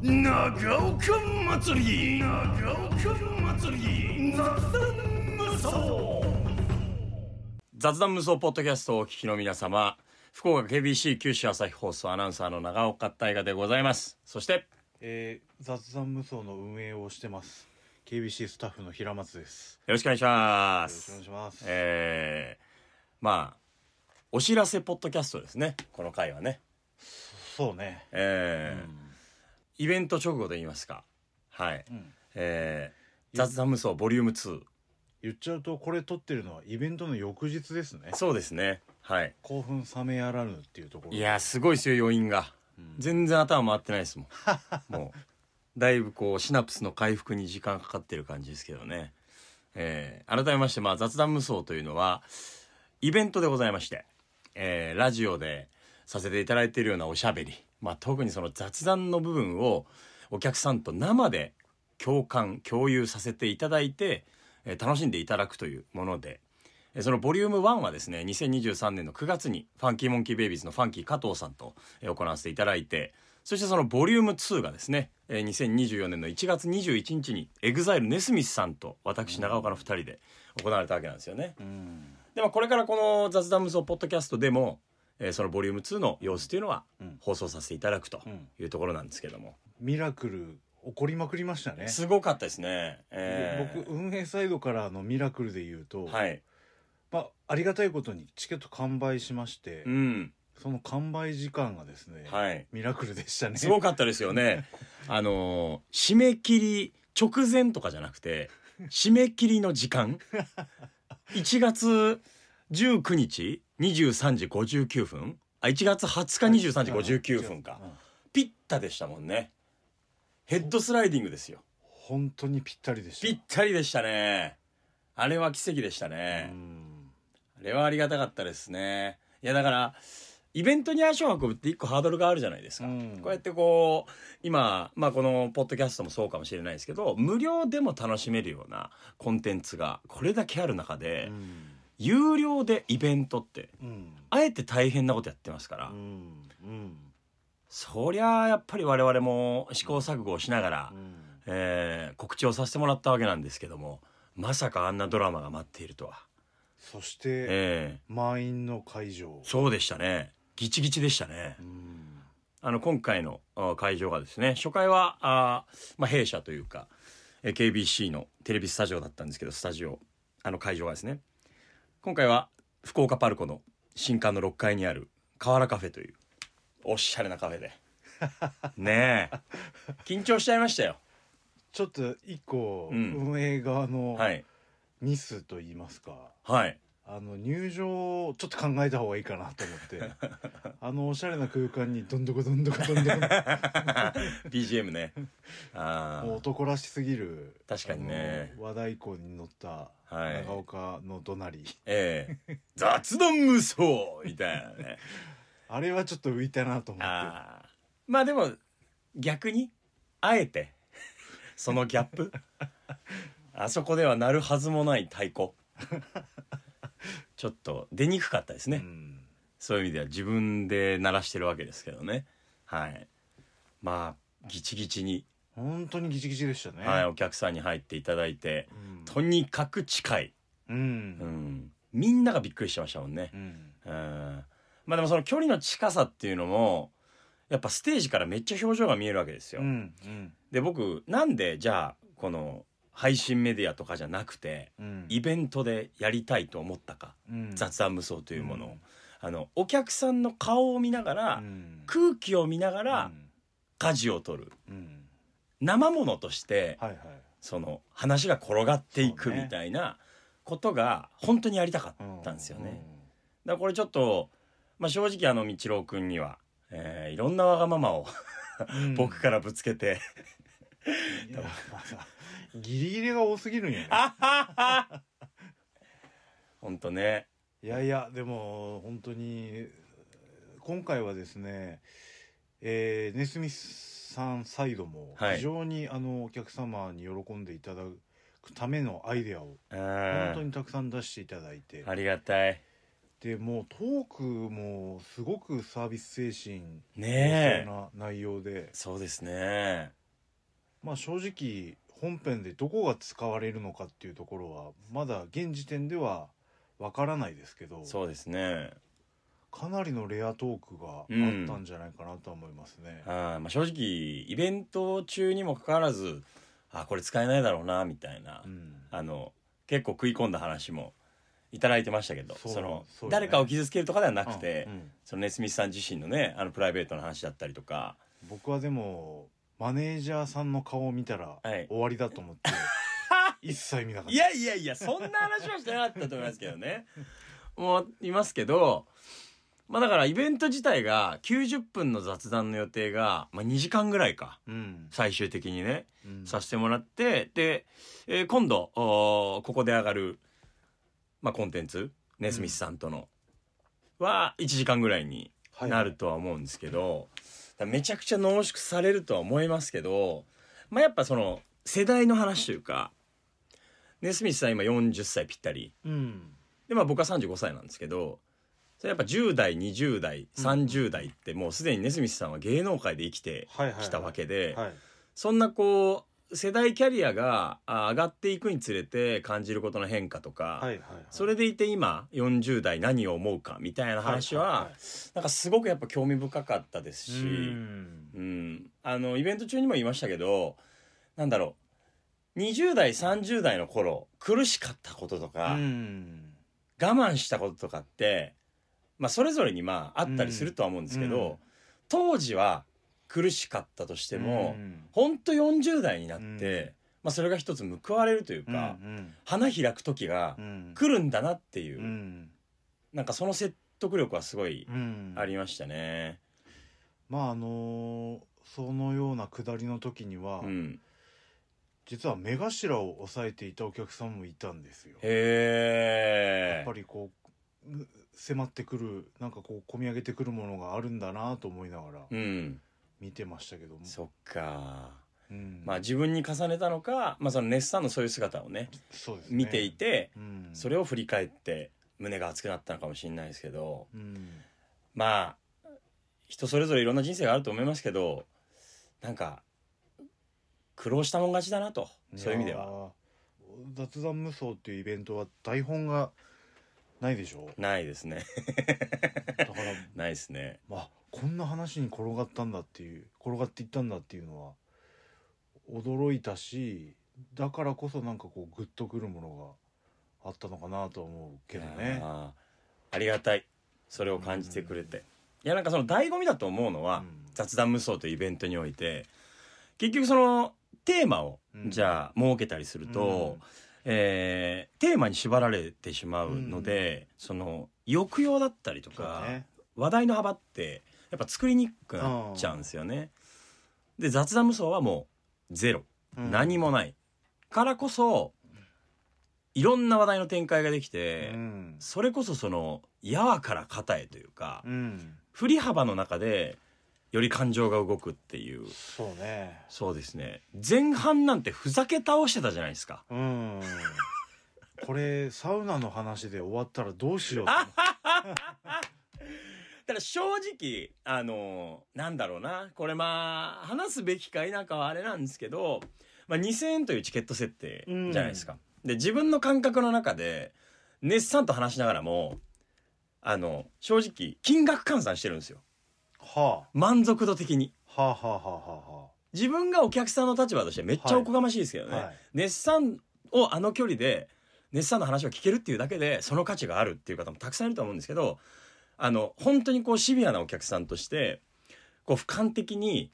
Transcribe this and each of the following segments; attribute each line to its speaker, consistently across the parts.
Speaker 1: 長岡祭り長岡祭り雑談無双雑談無双ポッドキャストをお聞きの皆様福岡 KBC 九州朝日放送アナウンサーの長岡大河でございますそして
Speaker 2: えー、雑談無双の運営をしてます。KBC スタッフの平松です。
Speaker 1: よろしくお願いしま
Speaker 2: よろしくお
Speaker 1: す
Speaker 2: 願いします。
Speaker 1: えー、まあお知らせポッドキャストですねこの回はね
Speaker 2: そうね。
Speaker 1: えーイベント直後で言いますかはい、えー雑談無双ボリューム2
Speaker 2: 言っちゃうと、これ撮ってるのはイベントの翌日ですね。
Speaker 1: そうですねはい
Speaker 2: 興奮冷めやらぬっていうところ。
Speaker 1: いやーすごいですよ余韻が、全然頭回ってないですも んもうだいぶこうシナプスの回復に時間かかってる感じですけどねえー改めまして、まあ、雑談無双というのはイベントでございまして、えーラジオでさせていただいているようなおしゃべり、まあ、特にその雑談の部分をお客さんと生で共感共有させていただいて、えー楽しんでいただくというもので、えーそのボリューム1はですね2023年の9月にファンキーモンキーベイビーズのファンキー加藤さんとえー行わせていただいてそしてそのボリューム2がですねえー2024年の1月21日にエグザイルネスミスさんと私長岡の2人で行われたわけなんですよね。
Speaker 2: うん。
Speaker 1: でもこれからこの雑談無双ポッドキャストでも、えーそのボリューム2の様子というのは
Speaker 2: ん
Speaker 1: 放送させていただくと
Speaker 2: ん
Speaker 1: いうところなんですけども、
Speaker 2: ミラクル、起こりまくりましたね。
Speaker 1: すごかったですね。えー
Speaker 2: 僕、運営サイドからのミラクルで言うと、
Speaker 1: はい。
Speaker 2: まあ、ありがたいことにチケット完売しまして、
Speaker 1: うん。
Speaker 2: その完売時間がですね、
Speaker 1: はい
Speaker 2: ミラクルでしたね。
Speaker 1: すごかったですよね。あのー締め切り直前とかじゃなくて、締め切りの時間1月19日23時59分あ、1月20日23時59分か
Speaker 2: う。ん
Speaker 1: ピッタでしたもんね。ヘッドスライディングですよ。
Speaker 2: 本当にぴったりでした。
Speaker 1: ぴったりでしたね。あれは奇跡でしたね
Speaker 2: う。ん
Speaker 1: あれはありがたかったですね。いやだから、イベントに足を運ぶって一個ハードルがあるじゃないですか。
Speaker 2: うん
Speaker 1: こうやってこう、今、まあこのポッドキャストもそうかもしれないですけど、無料でも楽しめるようなコンテンツがこれだけある中で、
Speaker 2: うん
Speaker 1: 有料でイベントって、
Speaker 2: うん
Speaker 1: あえて大変なことやってますから、
Speaker 2: うんうん
Speaker 1: そりゃあやっぱり我々も試行錯誤をしながら、
Speaker 2: うん
Speaker 1: えー告知をさせてもらったわけなんですけども、まさかあんなドラマが待っているとは。
Speaker 2: そして、
Speaker 1: え
Speaker 2: 満員の会場
Speaker 1: ー、そうでしたね。ギチギチでしたね。
Speaker 2: うん
Speaker 1: あの、今回のあ会場がですね、初回は、あーまあ、弊社というか、えー KBC のテレビスタジオだったんですけど、スタジオ、あの会場がですね、今回は福岡パルコの新館の6階にある河原カフェという、おしゃれなカフェ で。ねえ。緊張しちゃいましたよ。
Speaker 2: ちょっと一個、
Speaker 1: うん
Speaker 2: 運営側の
Speaker 1: はい。
Speaker 2: ミスと言いますか、
Speaker 1: はい。
Speaker 2: あの入場をちょっと考えた方がいいかなと思って あのおしゃれな空間にどんどこどんどこどんどこ
Speaker 1: BGM ね。あ
Speaker 2: もう
Speaker 1: ー
Speaker 2: 男らしすぎる
Speaker 1: 確かにね
Speaker 2: あの和太鼓に乗った
Speaker 1: はい
Speaker 2: 長岡の怒鳴り、
Speaker 1: ええ雑談無双みたいなね。
Speaker 2: あれはちょっと浮いたなと思って
Speaker 1: ああ。まあでも、逆に、あえて、 そのギャッ プ。あそこでは鳴るはずもない太鼓。ちょっと出にくかったですね。
Speaker 2: うん
Speaker 1: そういう意味では自分で鳴らしてるわけですけどね。はい。まあ、ギチギチに、
Speaker 2: 本当にギチギチでしたね、
Speaker 1: はい、お客さんに入っていただいて、
Speaker 2: うん
Speaker 1: とにかく近い。
Speaker 2: うん
Speaker 1: うん。みんながびっくりしてましたもんね。
Speaker 2: うん
Speaker 1: うんまあでもその距離の近さっていうのも、やっぱステージからめっちゃ表情が見えるわけですよ。
Speaker 2: うんうん
Speaker 1: で、僕、なんでじゃあ、この配信メディアとかじゃなくて、
Speaker 2: うん
Speaker 1: イベントでやりたいと思ったか。
Speaker 2: うん
Speaker 1: 雑談無双というものを。
Speaker 2: うん
Speaker 1: あの、お客さんの顔を見ながら、
Speaker 2: うん
Speaker 1: 空気を見ながら
Speaker 2: う、ん
Speaker 1: 舵を取る。
Speaker 2: うん
Speaker 1: 生ものとして、
Speaker 2: はいはい
Speaker 1: その、話が転がっていく
Speaker 2: そうね
Speaker 1: みたいなことが、本当にやりたかったんですよね。だからこれちょっと、まあ、正直あの、道郎くんには、えーいろんなわがままを
Speaker 2: うんうん
Speaker 1: 僕からぶつけて、
Speaker 2: いや まあギリギリが多すぎるんやね
Speaker 1: ほんとね。
Speaker 2: いやいやでも本当に今回はですねえーネスミスさんサイドも
Speaker 1: はい
Speaker 2: 非常にあのお客様に喜んでいただくためのアイデアを
Speaker 1: うん。
Speaker 2: 本当
Speaker 1: あ
Speaker 2: にたくさん出していただいて
Speaker 1: りがたい。
Speaker 2: でもうトークもすごくサービス精神
Speaker 1: ねえ
Speaker 2: 旺盛な内容で、
Speaker 1: そうですね
Speaker 2: まあ、正直本編でどこが使われるのかっていうところはまだ現時点ではわからないですけど
Speaker 1: そうですね
Speaker 2: かなりのレアトークがあったんじゃないかなとは思いますね。
Speaker 1: あー、まあ、正直イベント中にもかかわらずあこれ使えないだろうなみたいな、
Speaker 2: うん
Speaker 1: あの結構食い込んだ話もいただいてましたけど
Speaker 2: そ
Speaker 1: そうの
Speaker 2: そうよね
Speaker 1: 誰かを傷つけるとかではなくて、
Speaker 2: うんうん
Speaker 1: そのネスミスさん自身のねあのプライベートの話だったりとか
Speaker 2: 僕はでもマネージャーさんの顔を見たら
Speaker 1: はい
Speaker 2: 終わりだ と思って、一切見なかっ
Speaker 1: いやいやいやそんな話はしてなかったと思いますけど ねもういますけどまあだからイベント自体が90分の雑談の予定が、まあ、2時間ぐらいか
Speaker 2: た。うん
Speaker 1: 最終的にね
Speaker 2: うん
Speaker 1: させてもらってで、えー今度おーここで上がる、まあ、コンテンツネスミスさんとの、は1時間ぐらいに
Speaker 2: はい
Speaker 1: なるとは思うんですけど、だからめちゃくちゃ濃縮されるとは思いますけど、まあ、やっぱその世代の話というかネスミスさん今40歳ぴったり
Speaker 2: うん
Speaker 1: で、まあ、僕は35歳なんですけどそれやっぱ10代20代30代ってもうすでにネスミスさんは芸能界で生きて
Speaker 2: はいはいはい
Speaker 1: きたわけで。
Speaker 2: はい
Speaker 1: そんなこう世代キャリアがあ上がっていくにつれて感じることの変化とか、
Speaker 2: はいはいはい
Speaker 1: それでいて今40代何を思うかみたいな話は,、
Speaker 2: いいい
Speaker 1: なんかすごくやっぱ興味深かったですし、
Speaker 2: うん
Speaker 1: うんあのイベント中にも言いましたけどなんだろう20代30代の頃苦しかったこととか、
Speaker 2: うん
Speaker 1: 我慢したこととかって、まあ、それぞれにまああったりするとは思うんですけど、
Speaker 2: うんうん
Speaker 1: 当時は苦しかったとしても。
Speaker 2: うん
Speaker 1: ほんと40代になって、
Speaker 2: うん
Speaker 1: まあ、それが一つ報われるというか、
Speaker 2: うん
Speaker 1: 花開く時が
Speaker 2: うん
Speaker 1: 来るんだなっていう、
Speaker 2: うん
Speaker 1: なんかその説得力はすごい
Speaker 2: うん
Speaker 1: ありましたね。
Speaker 2: まああのーそのような下りの時には、
Speaker 1: うん、
Speaker 2: 実は目頭を抑えていたお客さんもいたんですよや
Speaker 1: へ
Speaker 2: っぱ
Speaker 1: え
Speaker 2: りこうう迫ってくるなんかこう込み上げてくるものがあるんだなと思いながら
Speaker 1: うん、
Speaker 2: 見てましたけども、
Speaker 1: そっか、
Speaker 2: うん
Speaker 1: まあ自分に重ねたのか、まあ、そのネスさんのそういう姿をね
Speaker 2: そうですね
Speaker 1: 見てい、て、
Speaker 2: うん、
Speaker 1: それを振り返って胸が熱くなったのかもしれないですけど
Speaker 2: うん
Speaker 1: まあ人それぞれいろんな人生があると思いますけどなんか苦労したもん勝ちだなとそういう意味では
Speaker 2: やー雑談無双っていうイベントは台本がないでしょ
Speaker 1: ないですね
Speaker 2: だから
Speaker 1: ないですね
Speaker 2: まあこんな話に転がったんだっていう転がっていったんだっていうのは驚いたしだからこそなんかこうグッとくるものがあったのかなとは思うけどね。
Speaker 1: あーありがたいそれを感じてくれて、いやなんかその醍醐味だと思うのは、
Speaker 2: うん
Speaker 1: 雑談無双というイベントにおいて結局そのテーマを、
Speaker 2: うん
Speaker 1: じゃあ設けたりすると、えーテーマに縛られてしまうので、その抑揚だったりと
Speaker 2: そう
Speaker 1: か、
Speaker 2: ね
Speaker 1: 話題の幅ってやっぱ作りにくくなっちゃうんですよね。で雑談無双はもうゼロ、
Speaker 2: うん
Speaker 1: 何もないからこそいろんな話題の展開ができて、
Speaker 2: うん
Speaker 1: それこそそのやわから肩へというか、
Speaker 2: うん、
Speaker 1: 振り幅の中でより感情が動くっていう
Speaker 2: そうね
Speaker 1: そうですね前半なんてふざけ倒してたじゃないですか。
Speaker 2: うんこれサウナの話で終わったらどうしよう と思って
Speaker 1: ただ正直あのなんだろうなこれまあ話すべきか否かはあれなんですけど、まあ、2,000円というチケット設定じゃないですか。で自分の感覚の中で熱さんと話しながらもあの正直金額換算してるんですよ
Speaker 2: は
Speaker 1: 満足度的に。
Speaker 2: あはあはあはあは
Speaker 1: 自分がお客さんの立場としてめっちゃおこがましいですけどね、
Speaker 2: はいはい
Speaker 1: 熱産をあの距離で熱産の話を聞けるっていうだけでその価値があるっていう方もたくさんいると思うんですけどあの本当にこうシビアなお客さんとしてこう俯瞰的に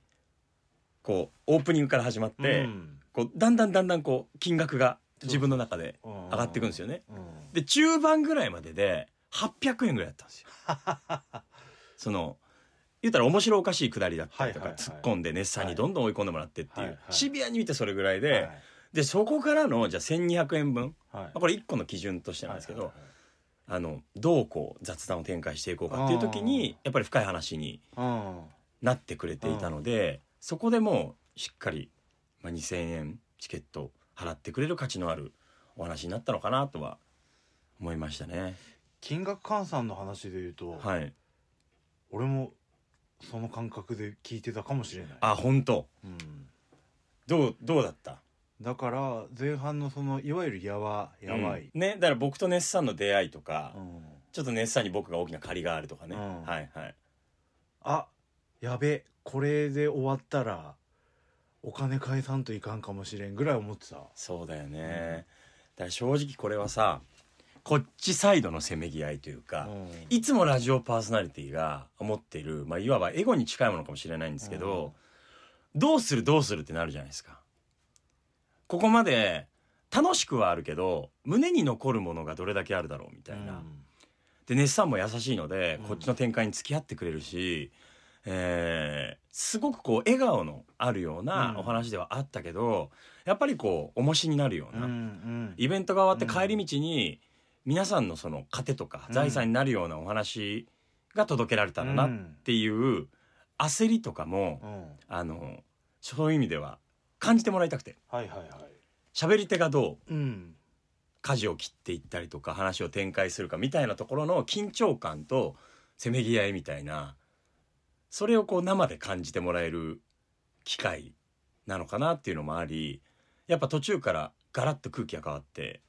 Speaker 1: こうオープニングから始まっ
Speaker 2: あ
Speaker 1: て、
Speaker 2: うん
Speaker 1: こうだんだんだんだんこう金額が自分の中で上がっていくんですよね。
Speaker 2: うん
Speaker 1: で中盤ぐらいまでで800円ぐらいだったんですよ。 その言ったら面白おかしいくだりだったりとか、
Speaker 2: はいはいは
Speaker 1: 突
Speaker 2: い
Speaker 1: っ込んで熱さんにどんどん追い込んでもらってっていう、
Speaker 2: はいはい
Speaker 1: シビアに見てそれぐらいで、
Speaker 2: はい
Speaker 1: でそこからのじゃあ1200円分、ま
Speaker 2: はい
Speaker 1: あ、これ1個の基準としてなんですけど、
Speaker 2: はいはいはい
Speaker 1: あのどうこう雑談を展開していこうかっていう時にやっぱり深い話に
Speaker 2: うん
Speaker 1: なってくれていたので、そこでもうしっかり、まあ、2,000円チケット払ってくれる価値のあるお話になったのかなとは思いましたね。
Speaker 2: 金額換算の話で言うと、
Speaker 1: はい
Speaker 2: 俺もその感覚で聞いてたかもしれない、
Speaker 1: あ本当
Speaker 2: うん、
Speaker 1: どうどうだった
Speaker 2: だから前半のそのいわゆるやわやばい、
Speaker 1: うんねだから僕とネスさんの出会いとか、
Speaker 2: うん
Speaker 1: ちょっとネスさんに僕が大きな借りがあるとかね、
Speaker 2: うん
Speaker 1: はいはい
Speaker 2: あやべこれで終わったらお金返さんといかんかもしれんぐらい思ってた
Speaker 1: そうだよね、だから正直これはさこっちサイドのせめぎ合いというか、
Speaker 2: うん
Speaker 1: いつもラジオパーソナリティが持っている、まあ、いわばエゴに近いものかもしれないんですけど、どうするどうするってなるじゃないですか。ここまで楽しくはあるけど胸に残るものがどれだけあるだろうみたいな。でネスさんも優しいので、
Speaker 2: うん
Speaker 1: こっちの展開に付き合ってくれるし、えーすごくこう笑顔のあるような
Speaker 2: うん
Speaker 1: お話ではあったけど、やっぱりこう重しになるよう
Speaker 2: うん
Speaker 1: な、
Speaker 2: うん
Speaker 1: イベントが終わって帰り道に皆さんのその糧とか
Speaker 2: うん
Speaker 1: 財産になるようなお話が届けられたらな
Speaker 2: う
Speaker 1: っ
Speaker 2: ん
Speaker 1: ていう焦りとかも、
Speaker 2: うん
Speaker 1: あのそういう意味では感じてもらいたくて
Speaker 2: はいはいはい
Speaker 1: 喋り手がどう
Speaker 2: うん
Speaker 1: 舵を切っていったりとか話を展開するかみたいなところの緊張感とせめぎ合いみたいなそれをこう生で感じてもらえる機会なのかなっていうのもありやっぱ途中からガラッと空気が変わって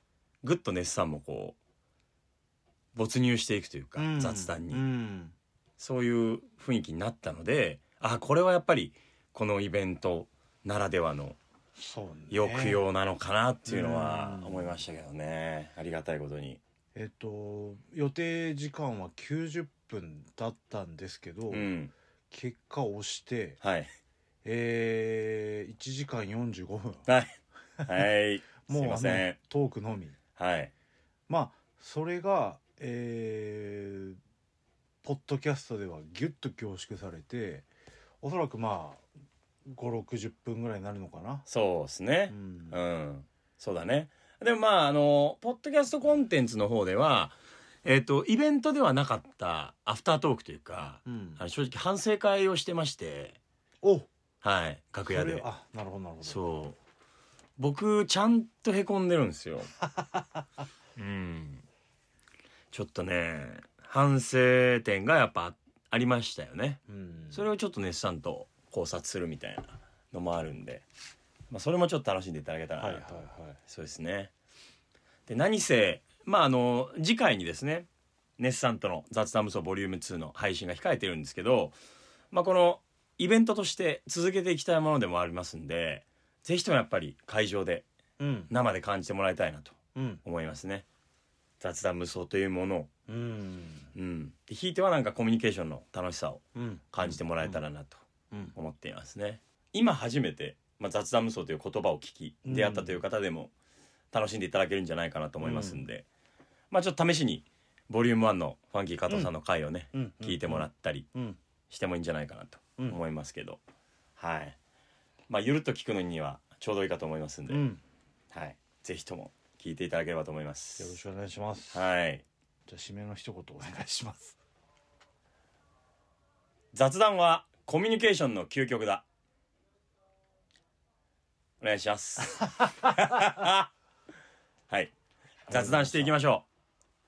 Speaker 1: ぐっと熱さんもこう没入していくというか、
Speaker 2: うん
Speaker 1: 雑談に、
Speaker 2: うん
Speaker 1: そういう雰囲気になったのであこれはやっぱりこのイベントならではの
Speaker 2: そうね
Speaker 1: 抑揚なのかなっていうのは
Speaker 2: うん
Speaker 1: 思いましたけどね、ありがたいことに。
Speaker 2: えっと予定時間は90分だったんですけど、
Speaker 1: うん、
Speaker 2: 結果押して
Speaker 1: はい。
Speaker 2: えー、1時間45分
Speaker 1: はい。 はい。 すいませ
Speaker 2: あ
Speaker 1: ん
Speaker 2: の。トークのみ
Speaker 1: はい。
Speaker 2: まあそれがえーポッドキャストではギュッと凝縮されておそらくまあ560分ぐらいになるのかな、
Speaker 1: そうです
Speaker 2: う
Speaker 1: ね。
Speaker 2: ん
Speaker 1: うん。そうだね。でもまあ、あの、ポッドキャストコンテンツの方では、えっ、と、イベントではなかったアフタートークというか、
Speaker 2: うん
Speaker 1: あの正直反省会をしてまして、
Speaker 2: お
Speaker 1: はい。楽屋
Speaker 2: そ
Speaker 1: で
Speaker 2: れ。あなるほどなるほど
Speaker 1: そう。僕、ちゃんとへこんでるんです よ。うん。ちょっとね、反省点がやっぱありましたよね。
Speaker 2: うん、
Speaker 1: それをちょっと熱さんと考察するみたいなのもあるんで、まあ、それもちょっと楽しんでいただけたらな
Speaker 2: はい
Speaker 1: と、
Speaker 2: はいはい
Speaker 1: そうですねで何せまああの次回にですね熱さんとの「雑談無双ボリューム2の配信が控えてるんですけど、まあ、このイベントとして続けていきたいものでもありますんでぜひともやっぱり会場で
Speaker 2: うん
Speaker 1: 生で感じてもらいたいなと
Speaker 2: うん
Speaker 1: 思いますね雑談無双というものを、
Speaker 2: うん
Speaker 1: うん、でひいてはなんかコミュニケーションの楽しさを
Speaker 2: うん
Speaker 1: 感じてもらえたらなと
Speaker 2: うん
Speaker 1: 思っていますね今初めて、まあ、雑談無双という言葉を聞き
Speaker 2: うん
Speaker 1: 出会ったという方でも楽しんでいただけるんじゃないかなと思いますんで、まあちょっと試しにボリューム1のファンキー加藤さんの回をね、
Speaker 2: うん
Speaker 1: 聞いてもらったり
Speaker 2: うん
Speaker 1: してもいいんじゃないかなと
Speaker 2: うん
Speaker 1: 思いますけど、はいまあゆるっと聞くのにはちょうどいいかと思いますんで、
Speaker 2: うんよ
Speaker 1: はいぜひとも聞いていただければと思います
Speaker 2: ろしくお願いします
Speaker 1: はい
Speaker 2: じゃあ締めの一言お願いします
Speaker 1: 雑談はコミュニケーションの究極だお願いします はい雑談していきましょ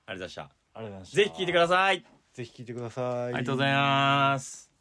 Speaker 1: うありがとうございま
Speaker 2: ありがとうございま
Speaker 1: し
Speaker 2: したた
Speaker 1: ぜひ聞いてくだ
Speaker 2: さ
Speaker 1: さい
Speaker 2: いぜひ聞いてください
Speaker 1: ありがとうございます